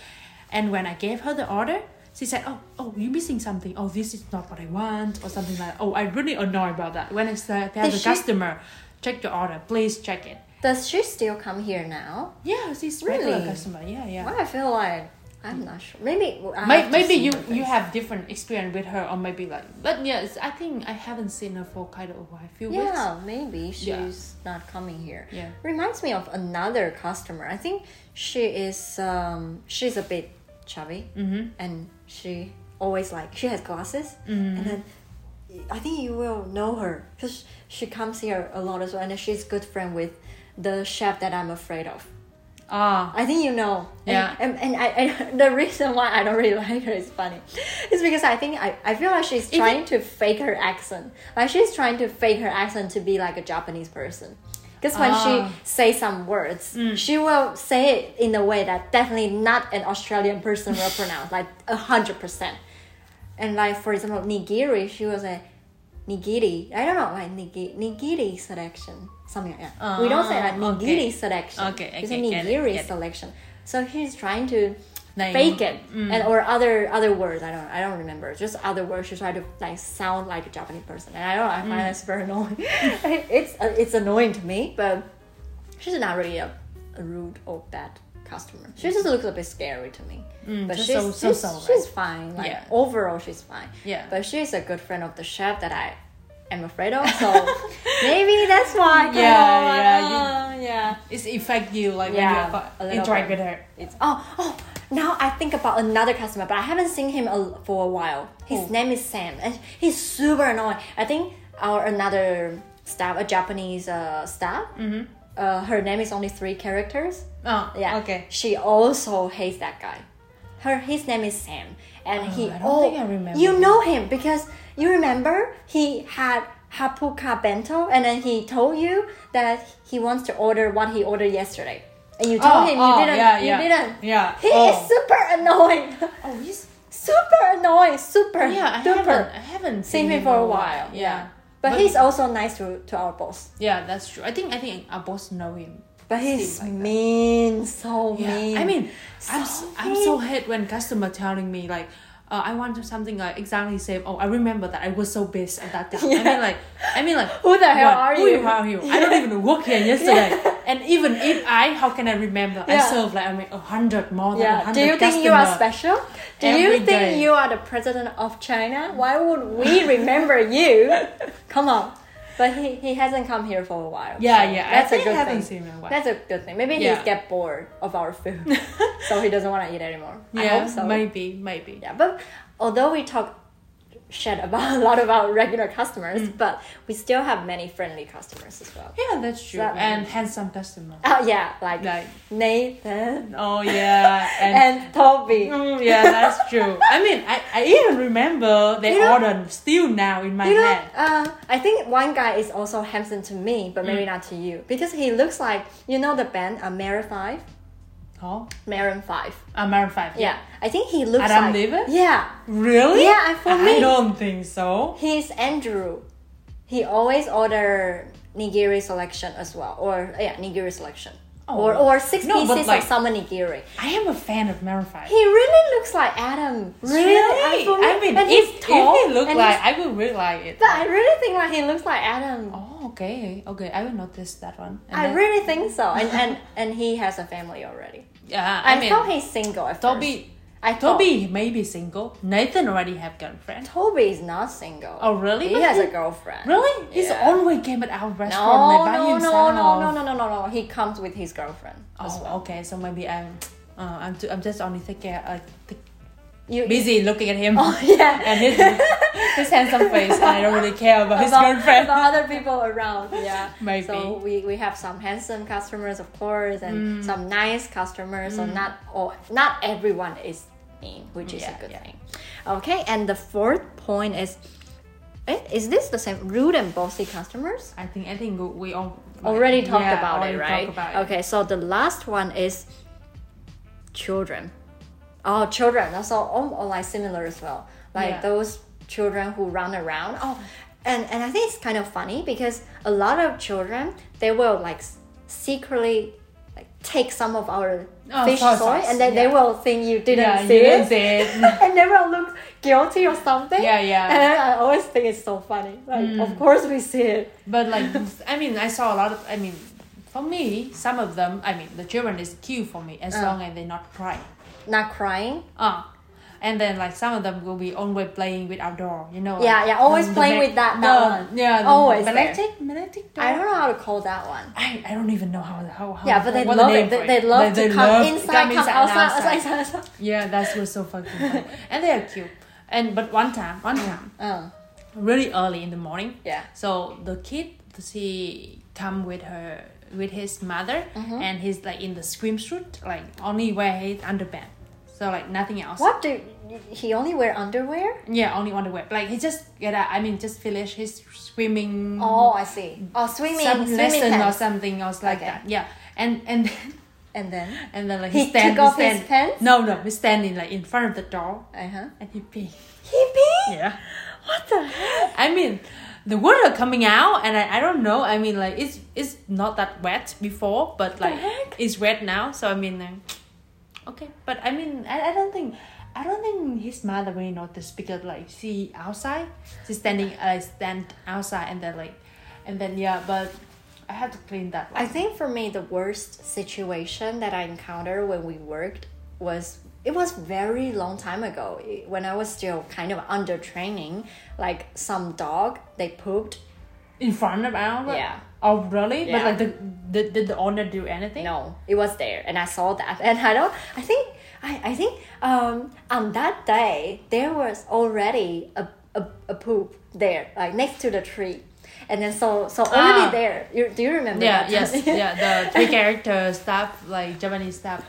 [SPEAKER 2] And when I gave her the order, she said, "Oh, oh, you missing something? Oh, this is not what I want, or something like." Oh, I really annoyed about that. When I said, "There's a
[SPEAKER 1] Did she-
[SPEAKER 2] customer, check the order, please check it."
[SPEAKER 1] Does she still come here now?
[SPEAKER 2] Yeah, she's regular
[SPEAKER 1] Really?
[SPEAKER 2] customer. Yeah, yeah.
[SPEAKER 1] Why I feel like I'm not sure. Maybe I have
[SPEAKER 2] May
[SPEAKER 1] to
[SPEAKER 2] maybe
[SPEAKER 1] see
[SPEAKER 2] you
[SPEAKER 1] her face.
[SPEAKER 2] you have different experience with her or maybe like but yes i think i haven't seen her for kind of a while few weeks
[SPEAKER 1] Yeah, maybe she's not coming here.
[SPEAKER 2] Yeah.
[SPEAKER 1] Reminds me of another customer. I think she is um she's a bit chubby
[SPEAKER 2] Mm-hmm.
[SPEAKER 1] and she always like she has glasses
[SPEAKER 2] Mm-hmm.
[SPEAKER 1] and then I think you will know her because she comes here a lot as well and she's good friend with the chef that I'm afraid of.
[SPEAKER 2] ah
[SPEAKER 1] I think you know. And-
[SPEAKER 2] Yeah.
[SPEAKER 1] And, and, I, and the reason why I don't really like her is funny. It's because I think I, I feel like she's trying to fake her accent. Like she's trying to fake her accent to be like a Japanese person. Because when
[SPEAKER 2] Ah. Mm.
[SPEAKER 1] she says some words, she will say it in a way that definitely not an Australian person will pronounce, like a hundred percent. And like for example, nigiri, she was a nigiri. I don't know, like nigiri, nigiri selection, something like that. we don't say like
[SPEAKER 2] Ah,
[SPEAKER 1] nigiri
[SPEAKER 2] okay.
[SPEAKER 1] selection.
[SPEAKER 2] Okay,
[SPEAKER 1] it's
[SPEAKER 2] okay,
[SPEAKER 1] a
[SPEAKER 2] get it,
[SPEAKER 1] nigiri
[SPEAKER 2] get it.
[SPEAKER 1] selection. So he's trying to
[SPEAKER 2] Like-
[SPEAKER 1] fake it,
[SPEAKER 2] Mm.
[SPEAKER 1] and or other other words. I don't I don't remember. Just other words. She tried to like sound like a Japanese person, and I don't. I
[SPEAKER 2] Mm.
[SPEAKER 1] find that's very annoying. it's uh, it's annoying to me, but she's not really a, a rude or bad customer. She just looks a bit scary to me, but
[SPEAKER 2] just
[SPEAKER 1] she's
[SPEAKER 2] Mm, so- so-
[SPEAKER 1] she's,
[SPEAKER 2] so, right?
[SPEAKER 1] she's fine. Like
[SPEAKER 2] Yeah.
[SPEAKER 1] overall, she's fine.
[SPEAKER 2] Yeah.
[SPEAKER 1] but she's a good friend of the chef that I am afraid of. So maybe that's why. kind
[SPEAKER 2] Yeah,
[SPEAKER 1] of,
[SPEAKER 2] yeah,
[SPEAKER 1] uh, yeah.
[SPEAKER 2] it's affect you like
[SPEAKER 1] Yeah, a
[SPEAKER 2] when
[SPEAKER 1] little
[SPEAKER 2] you interact
[SPEAKER 1] bit.
[SPEAKER 2] with her
[SPEAKER 1] It's oh oh. Now I think about another customer, but I haven't seen him a, for a while. His
[SPEAKER 2] Who?
[SPEAKER 1] name is Sam, and he's super annoying. I think our another staff, a Japanese uh, staff. Uh, her name is only three characters.
[SPEAKER 2] oh
[SPEAKER 1] Yeah.
[SPEAKER 2] okay
[SPEAKER 1] She also hates that guy. Her his name is Sam, and he.
[SPEAKER 2] I don't
[SPEAKER 1] oh,
[SPEAKER 2] think I remember
[SPEAKER 1] You know him because you remember he had hapuka bento, and then he told you that he wants to order what he ordered yesterday, and you told
[SPEAKER 2] Oh,
[SPEAKER 1] him
[SPEAKER 2] oh,
[SPEAKER 1] you didn't.
[SPEAKER 2] yeah,
[SPEAKER 1] you
[SPEAKER 2] yeah.
[SPEAKER 1] didn't.
[SPEAKER 2] Yeah.
[SPEAKER 1] He
[SPEAKER 2] Oh.
[SPEAKER 1] is super annoying.
[SPEAKER 2] oh he's
[SPEAKER 1] super annoying. Super.
[SPEAKER 2] yeah i
[SPEAKER 1] duper.
[SPEAKER 2] haven't i haven't
[SPEAKER 1] Seen him for a while.
[SPEAKER 2] yeah
[SPEAKER 1] But, he's also nice to, to our boss.
[SPEAKER 2] yeah that's true i think i think our boss know him
[SPEAKER 1] But he's mean, so mean.
[SPEAKER 2] I mean, I'm
[SPEAKER 1] So
[SPEAKER 2] so, I'm so hate when customer telling me like, uh, I want something like exactly same. Oh, I remember that I was so busy at that time. I mean like, I mean like,
[SPEAKER 1] Who the hell are
[SPEAKER 2] what? Who
[SPEAKER 1] you?
[SPEAKER 2] Who are you? I don't even work here yesterday. And even if I, how can I remember? I
[SPEAKER 1] Yeah.
[SPEAKER 2] serve like I mean a hundred more than
[SPEAKER 1] Yeah.
[SPEAKER 2] a
[SPEAKER 1] Do
[SPEAKER 2] hundred
[SPEAKER 1] you
[SPEAKER 2] customer.
[SPEAKER 1] think you are special? Do you
[SPEAKER 2] every
[SPEAKER 1] think
[SPEAKER 2] day.
[SPEAKER 1] you are the president of China? Why would we remember you? Come on. But he, he hasn't come here for a while.
[SPEAKER 2] Yeah,
[SPEAKER 1] so
[SPEAKER 2] yeah. I
[SPEAKER 1] That's a
[SPEAKER 2] think I
[SPEAKER 1] good
[SPEAKER 2] haven't
[SPEAKER 1] thing.
[SPEAKER 2] seen him in a while.
[SPEAKER 1] That's a good thing. Maybe
[SPEAKER 2] Yeah.
[SPEAKER 1] he's get bored of our food, so he doesn't want to eat anymore. I
[SPEAKER 2] Yeah,
[SPEAKER 1] hope so.
[SPEAKER 2] maybe, maybe.
[SPEAKER 1] Yeah, but although we talk shit about a lot of our regular customers,
[SPEAKER 2] Mm.
[SPEAKER 1] but we still have many friendly customers as well.
[SPEAKER 2] Yeah, that's true.
[SPEAKER 1] That-
[SPEAKER 2] and handsome customer.
[SPEAKER 1] Oh yeah, like,
[SPEAKER 2] Like,
[SPEAKER 1] Nathan
[SPEAKER 2] oh yeah, and
[SPEAKER 1] and Toby.
[SPEAKER 2] Mm, yeah, that's true. I mean, I, I even remember they
[SPEAKER 1] You know-
[SPEAKER 2] order still now in my
[SPEAKER 1] You know,
[SPEAKER 2] head.
[SPEAKER 1] uh, I think one guy is also
[SPEAKER 2] Mm.
[SPEAKER 1] handsome to me, but maybe not to you because he looks like you know the band uh, Maroon Five.
[SPEAKER 2] called?
[SPEAKER 1] Maroon Five.
[SPEAKER 2] Uh, Maroon 5.
[SPEAKER 1] Yeah, I think he looks
[SPEAKER 2] Adam
[SPEAKER 1] like
[SPEAKER 2] Levy?
[SPEAKER 1] yeah.
[SPEAKER 2] Really?
[SPEAKER 1] Yeah, I- for
[SPEAKER 2] I
[SPEAKER 1] me.
[SPEAKER 2] don't think so.
[SPEAKER 1] He's Andrew. He always order nigiri selection as well, or yeah, nigiri selection,
[SPEAKER 2] Oh.
[SPEAKER 1] or or six
[SPEAKER 2] No, but
[SPEAKER 1] pieces
[SPEAKER 2] like-
[SPEAKER 1] of summer nigiri.
[SPEAKER 2] I am a fan of Maroon 5.
[SPEAKER 1] He really looks like Adam. Really,
[SPEAKER 2] Really?
[SPEAKER 1] for me-
[SPEAKER 2] I mean,
[SPEAKER 1] and
[SPEAKER 2] if,
[SPEAKER 1] he's tall.
[SPEAKER 2] if he look
[SPEAKER 1] and
[SPEAKER 2] like,
[SPEAKER 1] he's-
[SPEAKER 2] I would really like it.
[SPEAKER 1] but I really think like he looks like Adam.
[SPEAKER 2] Oh, okay. Okay, I will notice that one. And
[SPEAKER 1] I
[SPEAKER 2] then-
[SPEAKER 1] really think so, and and and he has a family already.
[SPEAKER 2] Yeah, I,
[SPEAKER 1] I,
[SPEAKER 2] mean,
[SPEAKER 1] thought he's single. At first.
[SPEAKER 2] Toby,
[SPEAKER 1] I thought,
[SPEAKER 2] Toby may be single. Nathan already have girlfriend.
[SPEAKER 1] Toby is not single.
[SPEAKER 2] Oh, really?
[SPEAKER 1] He
[SPEAKER 2] But
[SPEAKER 1] has a
[SPEAKER 2] he-
[SPEAKER 1] girlfriend.
[SPEAKER 2] Really? He's
[SPEAKER 1] Yeah.
[SPEAKER 2] always came at our
[SPEAKER 1] No,
[SPEAKER 2] restaurant like, by
[SPEAKER 1] no, no,
[SPEAKER 2] himself.
[SPEAKER 1] no, no, no, no, no, no. He comes with his girlfriend. as
[SPEAKER 2] Oh,
[SPEAKER 1] well.
[SPEAKER 2] okay. So maybe I'm, uh, I'm, too, I'm just only thinking, uh, th-
[SPEAKER 1] You,
[SPEAKER 2] busy looking at him
[SPEAKER 1] Oh yeah.
[SPEAKER 2] and his, his handsome face. And I don't really care about his
[SPEAKER 1] about,
[SPEAKER 2] girlfriend.
[SPEAKER 1] about other people around. Yeah.
[SPEAKER 2] Maybe.
[SPEAKER 1] So we, we have some handsome customers, of course,
[SPEAKER 2] Mm.
[SPEAKER 1] and some nice customers. So not all, not everyone is mean, which is
[SPEAKER 2] Yeah,
[SPEAKER 1] a good
[SPEAKER 2] yeah.
[SPEAKER 1] thing. Okay. And the fourth point is, eh, is this the same rude and bossy customers?
[SPEAKER 2] I think I think we all
[SPEAKER 1] Already talked
[SPEAKER 2] yeah,
[SPEAKER 1] about
[SPEAKER 2] already
[SPEAKER 1] it,
[SPEAKER 2] talked
[SPEAKER 1] right?
[SPEAKER 2] about it.
[SPEAKER 1] okay. So the last one is children. Oh, children. Also, all, all like similar as well. Like
[SPEAKER 2] Yeah.
[SPEAKER 1] those children who run around. Oh, and and I think it's kind of funny because a lot of children they will like s- secretly like take some of our
[SPEAKER 2] Oh,
[SPEAKER 1] fish
[SPEAKER 2] soy
[SPEAKER 1] soy,
[SPEAKER 2] sauce,
[SPEAKER 1] and then they
[SPEAKER 2] yeah.
[SPEAKER 1] will think you didn't
[SPEAKER 2] Yeah,
[SPEAKER 1] see
[SPEAKER 2] you
[SPEAKER 1] it.
[SPEAKER 2] didn't see it.
[SPEAKER 1] and they will look guilty or something.
[SPEAKER 2] Yeah, yeah. Mm.
[SPEAKER 1] And I always think it's so funny. Like, of course we see it.
[SPEAKER 2] But like, I mean, I saw a lot of. I mean, for me, some of them. I mean, the children is cute for me as
[SPEAKER 1] Uh.
[SPEAKER 2] long as they're not crying.
[SPEAKER 1] Not crying.
[SPEAKER 2] Ah, and then like some of them will be always playing with outdoor. You know. like,
[SPEAKER 1] Yeah, yeah, always
[SPEAKER 2] the
[SPEAKER 1] playing
[SPEAKER 2] ma-
[SPEAKER 1] with that-
[SPEAKER 2] the-
[SPEAKER 1] that one.
[SPEAKER 2] Yeah. the
[SPEAKER 1] Always there.
[SPEAKER 2] Magnetic, magnetic.
[SPEAKER 1] I
[SPEAKER 2] door.
[SPEAKER 1] don't Oh, know how to call that one.
[SPEAKER 2] I, I don't even know how how how.
[SPEAKER 1] Yeah, but they
[SPEAKER 2] what the
[SPEAKER 1] love
[SPEAKER 2] name
[SPEAKER 1] it.
[SPEAKER 2] for
[SPEAKER 1] They, they love to come
[SPEAKER 2] love
[SPEAKER 1] inside,
[SPEAKER 2] come
[SPEAKER 1] come,
[SPEAKER 2] inside and
[SPEAKER 1] outside, outside, outside, outside.
[SPEAKER 2] Yeah, that's what's so fucking funny. and they are cute. And but one time, one time,
[SPEAKER 1] Uh,
[SPEAKER 2] really early in the morning.
[SPEAKER 1] Yeah.
[SPEAKER 2] So the kid, she come with her with his mother,
[SPEAKER 1] Mm-hmm.
[SPEAKER 2] and he's like in the swimsuit, like only wear his underpants, so like nothing else.
[SPEAKER 1] what do he only wear underwear?
[SPEAKER 2] Yeah, only underwear. Like he just get out. I mean, just finish his swimming.
[SPEAKER 1] Oh, I see. Oh, swimming,
[SPEAKER 2] some
[SPEAKER 1] swimming
[SPEAKER 2] lesson or
[SPEAKER 1] pants.
[SPEAKER 2] something else like
[SPEAKER 1] Okay.
[SPEAKER 2] that. Yeah. And and then,
[SPEAKER 1] And then,
[SPEAKER 2] and then like
[SPEAKER 1] He
[SPEAKER 2] stand,
[SPEAKER 1] took off
[SPEAKER 2] stand,
[SPEAKER 1] his pants?
[SPEAKER 2] No, no, he's standing like in front of the door,
[SPEAKER 1] uh huh.
[SPEAKER 2] and he pee.
[SPEAKER 1] He peed.
[SPEAKER 2] Yeah.
[SPEAKER 1] What the hell?
[SPEAKER 2] I mean, the water coming out, and I, I don't know. I mean, like it's it's not that wet before, but like
[SPEAKER 1] heck?
[SPEAKER 2] it's wet now. So I mean, um, okay. But I mean, I, I don't think I don't think his mother really noticed because like she outside, she's standing uh, stand outside, and then like, and then yeah. But I had to clean that. One.
[SPEAKER 1] I think for me, the worst situation that I encountered when we worked was it was very long time ago it- when I was still kind of under training. Like some dog, they pooped.
[SPEAKER 2] in front of our
[SPEAKER 1] Yeah.
[SPEAKER 2] Oh really?
[SPEAKER 1] Yeah.
[SPEAKER 2] But like the, the did the owner do anything?
[SPEAKER 1] No, it was there, and I saw that, and I don't. I think I, I think um, on that day there was already a, a, a poop there, like next to the tree, and then so so already
[SPEAKER 2] Ah.
[SPEAKER 1] there. You, do you remember?
[SPEAKER 2] Yeah.
[SPEAKER 1] that?
[SPEAKER 2] Yes. Yeah. The three character staff, like Japanese staff.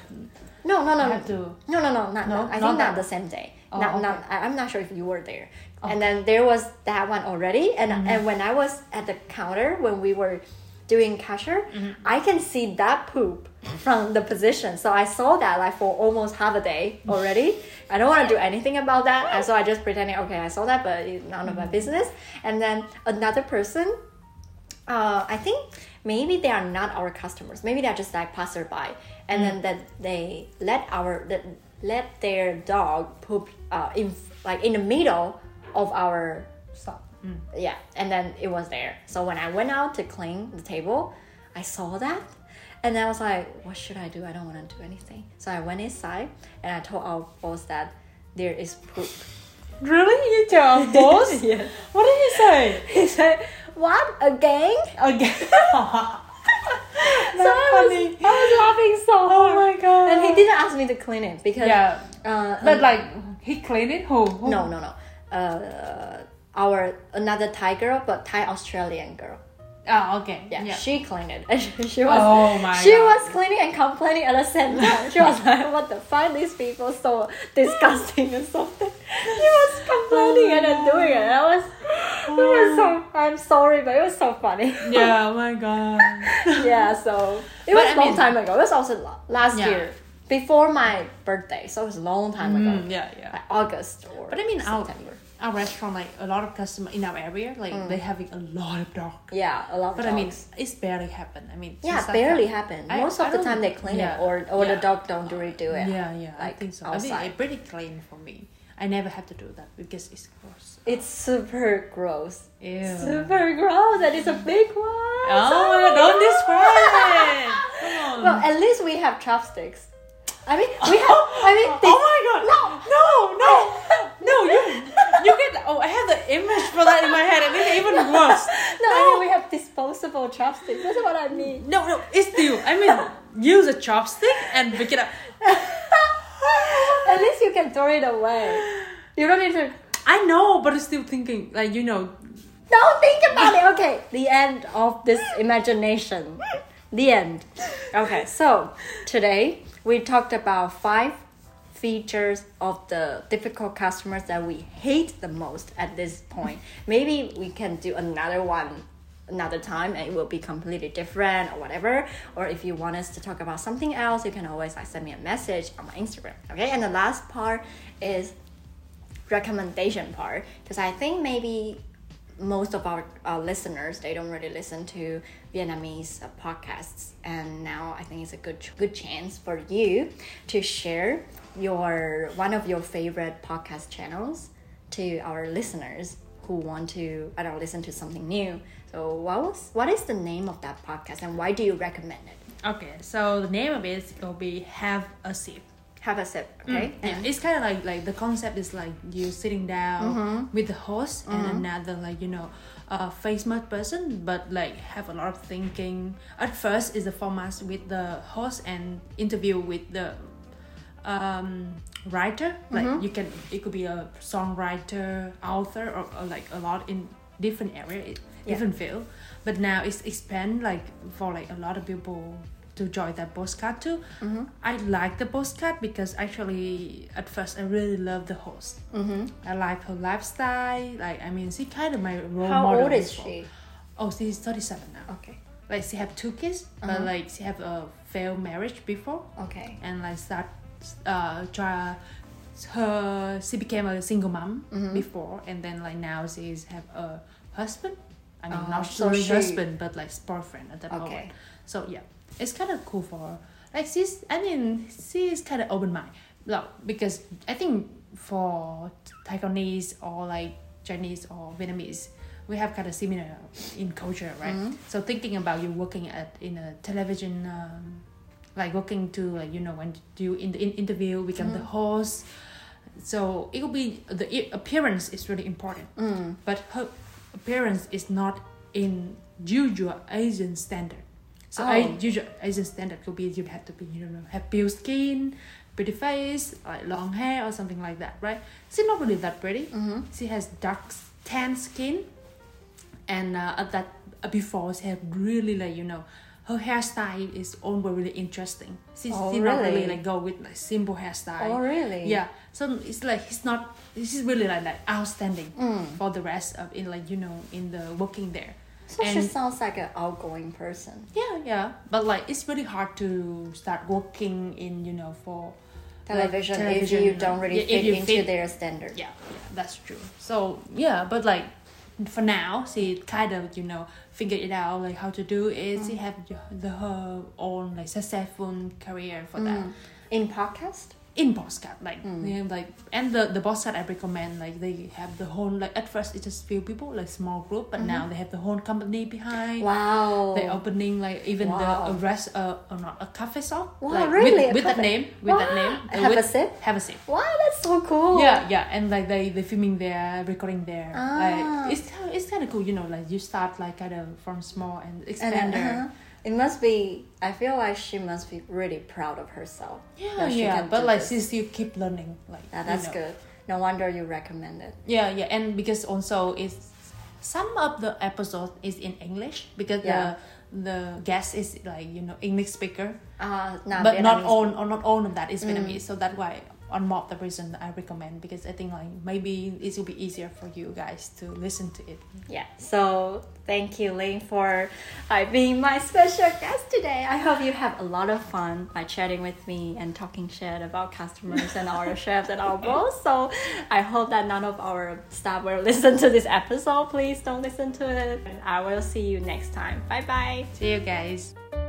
[SPEAKER 1] No, no, no.
[SPEAKER 2] have to-
[SPEAKER 1] No, no, no, not,
[SPEAKER 2] No?
[SPEAKER 1] no, I think not,
[SPEAKER 2] Not that-
[SPEAKER 1] the same day.
[SPEAKER 2] Oh,
[SPEAKER 1] not, not, I, I'm not sure if you were there. And then there was that one already. And,
[SPEAKER 2] Mm-hmm.
[SPEAKER 1] and when I was at the counter, when we were doing cashier,
[SPEAKER 2] Mm-hmm.
[SPEAKER 1] I can see that poop from the position. So I saw that like for almost half a day already. I don't want to do anything about that. And so I just pretending, okay, I saw that, but it's none of my
[SPEAKER 2] Mm-hmm.
[SPEAKER 1] business. And then another person uh, I think maybe they are not our customers. Maybe they're just like passerby, and
[SPEAKER 2] Mm.
[SPEAKER 1] then that they let our that let their dog poop uh, in like in the middle of our
[SPEAKER 2] Stop.
[SPEAKER 1] yeah, and then it was there. So when I went out to clean the table, I saw that. And I was like, what should I do? I don't want to do anything. So I went inside and I told our boss that there is poop.
[SPEAKER 2] Really? You tell our boss?
[SPEAKER 1] Yeah.
[SPEAKER 2] What did he say?
[SPEAKER 1] He said, what? Again?
[SPEAKER 2] Again.
[SPEAKER 1] so I was,
[SPEAKER 2] funny.
[SPEAKER 1] I was laughing so hard.
[SPEAKER 2] Oh my god. Um,
[SPEAKER 1] And he didn't ask me to clean it because
[SPEAKER 2] Oh. Yeah.
[SPEAKER 1] uh,
[SPEAKER 2] But like he cleaned it who? who?
[SPEAKER 1] no no no uh, our another Thai girl but Thai Australian girl
[SPEAKER 2] Oh, okay.
[SPEAKER 1] yeah, she cleaned it and she, she was
[SPEAKER 2] Oh my
[SPEAKER 1] she
[SPEAKER 2] God.
[SPEAKER 1] was cleaning and complaining at the same time she was like what the fuck these people so disgusting or something she was complaining
[SPEAKER 2] Oh my
[SPEAKER 1] and then doing it and I was it
[SPEAKER 2] Oh
[SPEAKER 1] was so I'm sorry but it was so funny
[SPEAKER 2] Yeah, oh my god.
[SPEAKER 1] yeah so it
[SPEAKER 2] But
[SPEAKER 1] was
[SPEAKER 2] I
[SPEAKER 1] a long
[SPEAKER 2] mean-
[SPEAKER 1] time ago it was also la- last
[SPEAKER 2] Yeah.
[SPEAKER 1] year before my birthday, so it was a long time ago,
[SPEAKER 2] Mm, yeah, yeah.
[SPEAKER 1] like August or.
[SPEAKER 2] But I mean, our,
[SPEAKER 1] September.
[SPEAKER 2] our restaurant, like a lot of customer in our area, like they're having a lot of dog.
[SPEAKER 1] Yeah, a lot. Of
[SPEAKER 2] But I
[SPEAKER 1] dogs.
[SPEAKER 2] mean, it's barely happened. I mean,
[SPEAKER 1] yeah,
[SPEAKER 2] since I
[SPEAKER 1] barely
[SPEAKER 2] come-
[SPEAKER 1] happen.
[SPEAKER 2] I-
[SPEAKER 1] Most
[SPEAKER 2] I
[SPEAKER 1] of the
[SPEAKER 2] don't-
[SPEAKER 1] time they clean
[SPEAKER 2] yeah,
[SPEAKER 1] it, or or the
[SPEAKER 2] yeah.
[SPEAKER 1] dog don't really do it.
[SPEAKER 2] Yeah, yeah, I
[SPEAKER 1] like,
[SPEAKER 2] think so. I
[SPEAKER 1] outside.
[SPEAKER 2] think it's pretty clean for me. I never have to do that because it's gross.
[SPEAKER 1] It's super gross.
[SPEAKER 2] Ew.
[SPEAKER 1] Super gross, and it's a big one.
[SPEAKER 2] Oh,
[SPEAKER 1] my God.
[SPEAKER 2] don't describe it. Come on.
[SPEAKER 1] Well, at least we have chopsticks. I mean, we have. I mean, they,
[SPEAKER 2] oh my god! No, no, no! You, you get. Oh, I have the image for that in my head, and it's even worse.
[SPEAKER 1] no, I mean we have disposable chopsticks. That's what I mean.
[SPEAKER 2] No, no, it's you. I mean, use a chopstick and pick it up.
[SPEAKER 1] At least you can throw it away. You don't need to.
[SPEAKER 2] I know, but I'm still thinking, like you know,
[SPEAKER 1] Don't think about it. Okay, the end of this imagination. The end. Okay, so today we talked about five features of the difficult customers that we hate the most at this point. Maybe we can do another one another time and it will be completely different or whatever or if you want us to talk about something else you can always like send me a message on my instagram okay and the last part is recommendation part because I think maybe most of our, our listeners they don't really listen to Vietnamese uh, podcasts, and now I think it's a good ch- good chance for you to share your one of your favorite podcast channels to our listeners who want to I don't listen to something new. So what was what is the name of that podcast and why do you recommend it?
[SPEAKER 2] okay. So the name of it is gonna be "Have a Sip."
[SPEAKER 1] Have a sip, okay?
[SPEAKER 2] Yeah, it's kind of like like the concept is like you sitting down with the host and another like you know uh, face smart person but like have a lot of thinking at first is the format with the host and interview with the um, writer like
[SPEAKER 1] Mm-hmm.
[SPEAKER 2] you can it could be a songwriter author or, or like a lot in different area it-
[SPEAKER 1] Yeah.
[SPEAKER 2] different field but now it's expand like for like a lot of people to join that postcard too
[SPEAKER 1] Mm-hmm.
[SPEAKER 2] i like the postcard because actually at first i really love the host mm-hmm. i like her lifestyle like i mean she kind of my role
[SPEAKER 1] How
[SPEAKER 2] model
[SPEAKER 1] old is
[SPEAKER 2] before.
[SPEAKER 1] she?
[SPEAKER 2] oh she's 37 now
[SPEAKER 1] Okay.
[SPEAKER 2] like she have two kids
[SPEAKER 1] Uh-huh.
[SPEAKER 2] but like she have a failed marriage before
[SPEAKER 1] Okay.
[SPEAKER 2] and like start uh try her she became a single mom
[SPEAKER 1] Mm-hmm.
[SPEAKER 2] before and then like now she's have a husband i mean
[SPEAKER 1] Oh,
[SPEAKER 2] not
[SPEAKER 1] so
[SPEAKER 2] really
[SPEAKER 1] she-
[SPEAKER 2] husband but like boyfriend at that
[SPEAKER 1] Okay.
[SPEAKER 2] moment so yeah it's kind of cool for her like she's i mean she's kind of open mind no because i think for taiwanese or like chinese or vietnamese we have kind of similar in culture right so thinking about you working at in a television um, like working to like you know when you in the in- interview become the host so it will be the i- appearance is really important
[SPEAKER 1] Mm-hmm.
[SPEAKER 2] but her appearance is not in usual asian standard so
[SPEAKER 1] Oh.
[SPEAKER 2] I, usual asian standard could be you have to be you know have pale skin pretty face like long hair or something like that right she's not really that pretty
[SPEAKER 1] Mm-hmm.
[SPEAKER 2] she has dark s- tan skin and uh, at that uh, before she had really like you know her hairstyle is always really interesting she's
[SPEAKER 1] Oh,
[SPEAKER 2] she not really
[SPEAKER 1] really?
[SPEAKER 2] like go with like simple hairstyle
[SPEAKER 1] Oh, really?
[SPEAKER 2] yeah so it's like he's not this is really like, like outstanding
[SPEAKER 1] Mm.
[SPEAKER 2] for the rest of in like you know in the working there
[SPEAKER 1] So she
[SPEAKER 2] And-
[SPEAKER 1] sounds like an outgoing person.
[SPEAKER 2] yeah yeah but like it's really hard to start working in you know for like,
[SPEAKER 1] television, if you don't really
[SPEAKER 2] yeah,
[SPEAKER 1] fit
[SPEAKER 2] if you
[SPEAKER 1] into their standard.
[SPEAKER 2] yeah, yeah, that's true. So yeah, but like for now, she kind of you know figured it out like how to do
[SPEAKER 1] Mm.
[SPEAKER 2] it. She have the her own like successful career for that
[SPEAKER 1] Mm. In podcast?
[SPEAKER 2] in Boscat, like
[SPEAKER 1] Mm.
[SPEAKER 2] you know, like and the the Boscat I recommend like they have the whole like at first it's just few people like small group, but now they have the whole company behind.
[SPEAKER 1] Mm-hmm. Wow.
[SPEAKER 2] They're opening like even
[SPEAKER 1] Wow.
[SPEAKER 2] the a rest uh, or not a cafe shop
[SPEAKER 1] Wow,
[SPEAKER 2] like
[SPEAKER 1] really? A
[SPEAKER 2] with, with that
[SPEAKER 1] cafe?
[SPEAKER 2] name with that
[SPEAKER 1] Wow.
[SPEAKER 2] name uh,
[SPEAKER 1] Have a
[SPEAKER 2] with-
[SPEAKER 1] sip?
[SPEAKER 2] have a sip
[SPEAKER 1] wow, that's so cool.
[SPEAKER 2] yeah yeah and like they they filming there recording there
[SPEAKER 1] Ah.
[SPEAKER 2] like it's kind- it's kind of cool you know like you start like kind of from small and
[SPEAKER 1] And
[SPEAKER 2] expand
[SPEAKER 1] then,
[SPEAKER 2] there
[SPEAKER 1] uh-huh. It must be, I feel like she must be really proud of herself.
[SPEAKER 2] yeah
[SPEAKER 1] that she
[SPEAKER 2] yeah
[SPEAKER 1] can
[SPEAKER 2] but
[SPEAKER 1] do
[SPEAKER 2] like
[SPEAKER 1] this.
[SPEAKER 2] she still keep learning like
[SPEAKER 1] Yeah,
[SPEAKER 2] you
[SPEAKER 1] that's
[SPEAKER 2] know.
[SPEAKER 1] good. No wonder you recommend it.
[SPEAKER 2] yeah yeah and because also it's some of the episode is in english because
[SPEAKER 1] Yeah.
[SPEAKER 2] the the guest is like you know english speaker
[SPEAKER 1] Uh, not
[SPEAKER 2] but
[SPEAKER 1] Vietnamese.
[SPEAKER 2] not
[SPEAKER 1] Mm.
[SPEAKER 2] all or not all of that is vietnamese so that's why or not the reason I recommend because I think like maybe it will be easier for you guys to listen to it.
[SPEAKER 1] Yeah. So thank you, Lin, for uh, being my special guest today. I hope you have a lot of fun by chatting with me and talking shit about customers and our chefs and our boss. So I hope that none of our staff will listen to this episode. Please don't listen to it. And I will see you next time. Bye bye.
[SPEAKER 2] See you guys.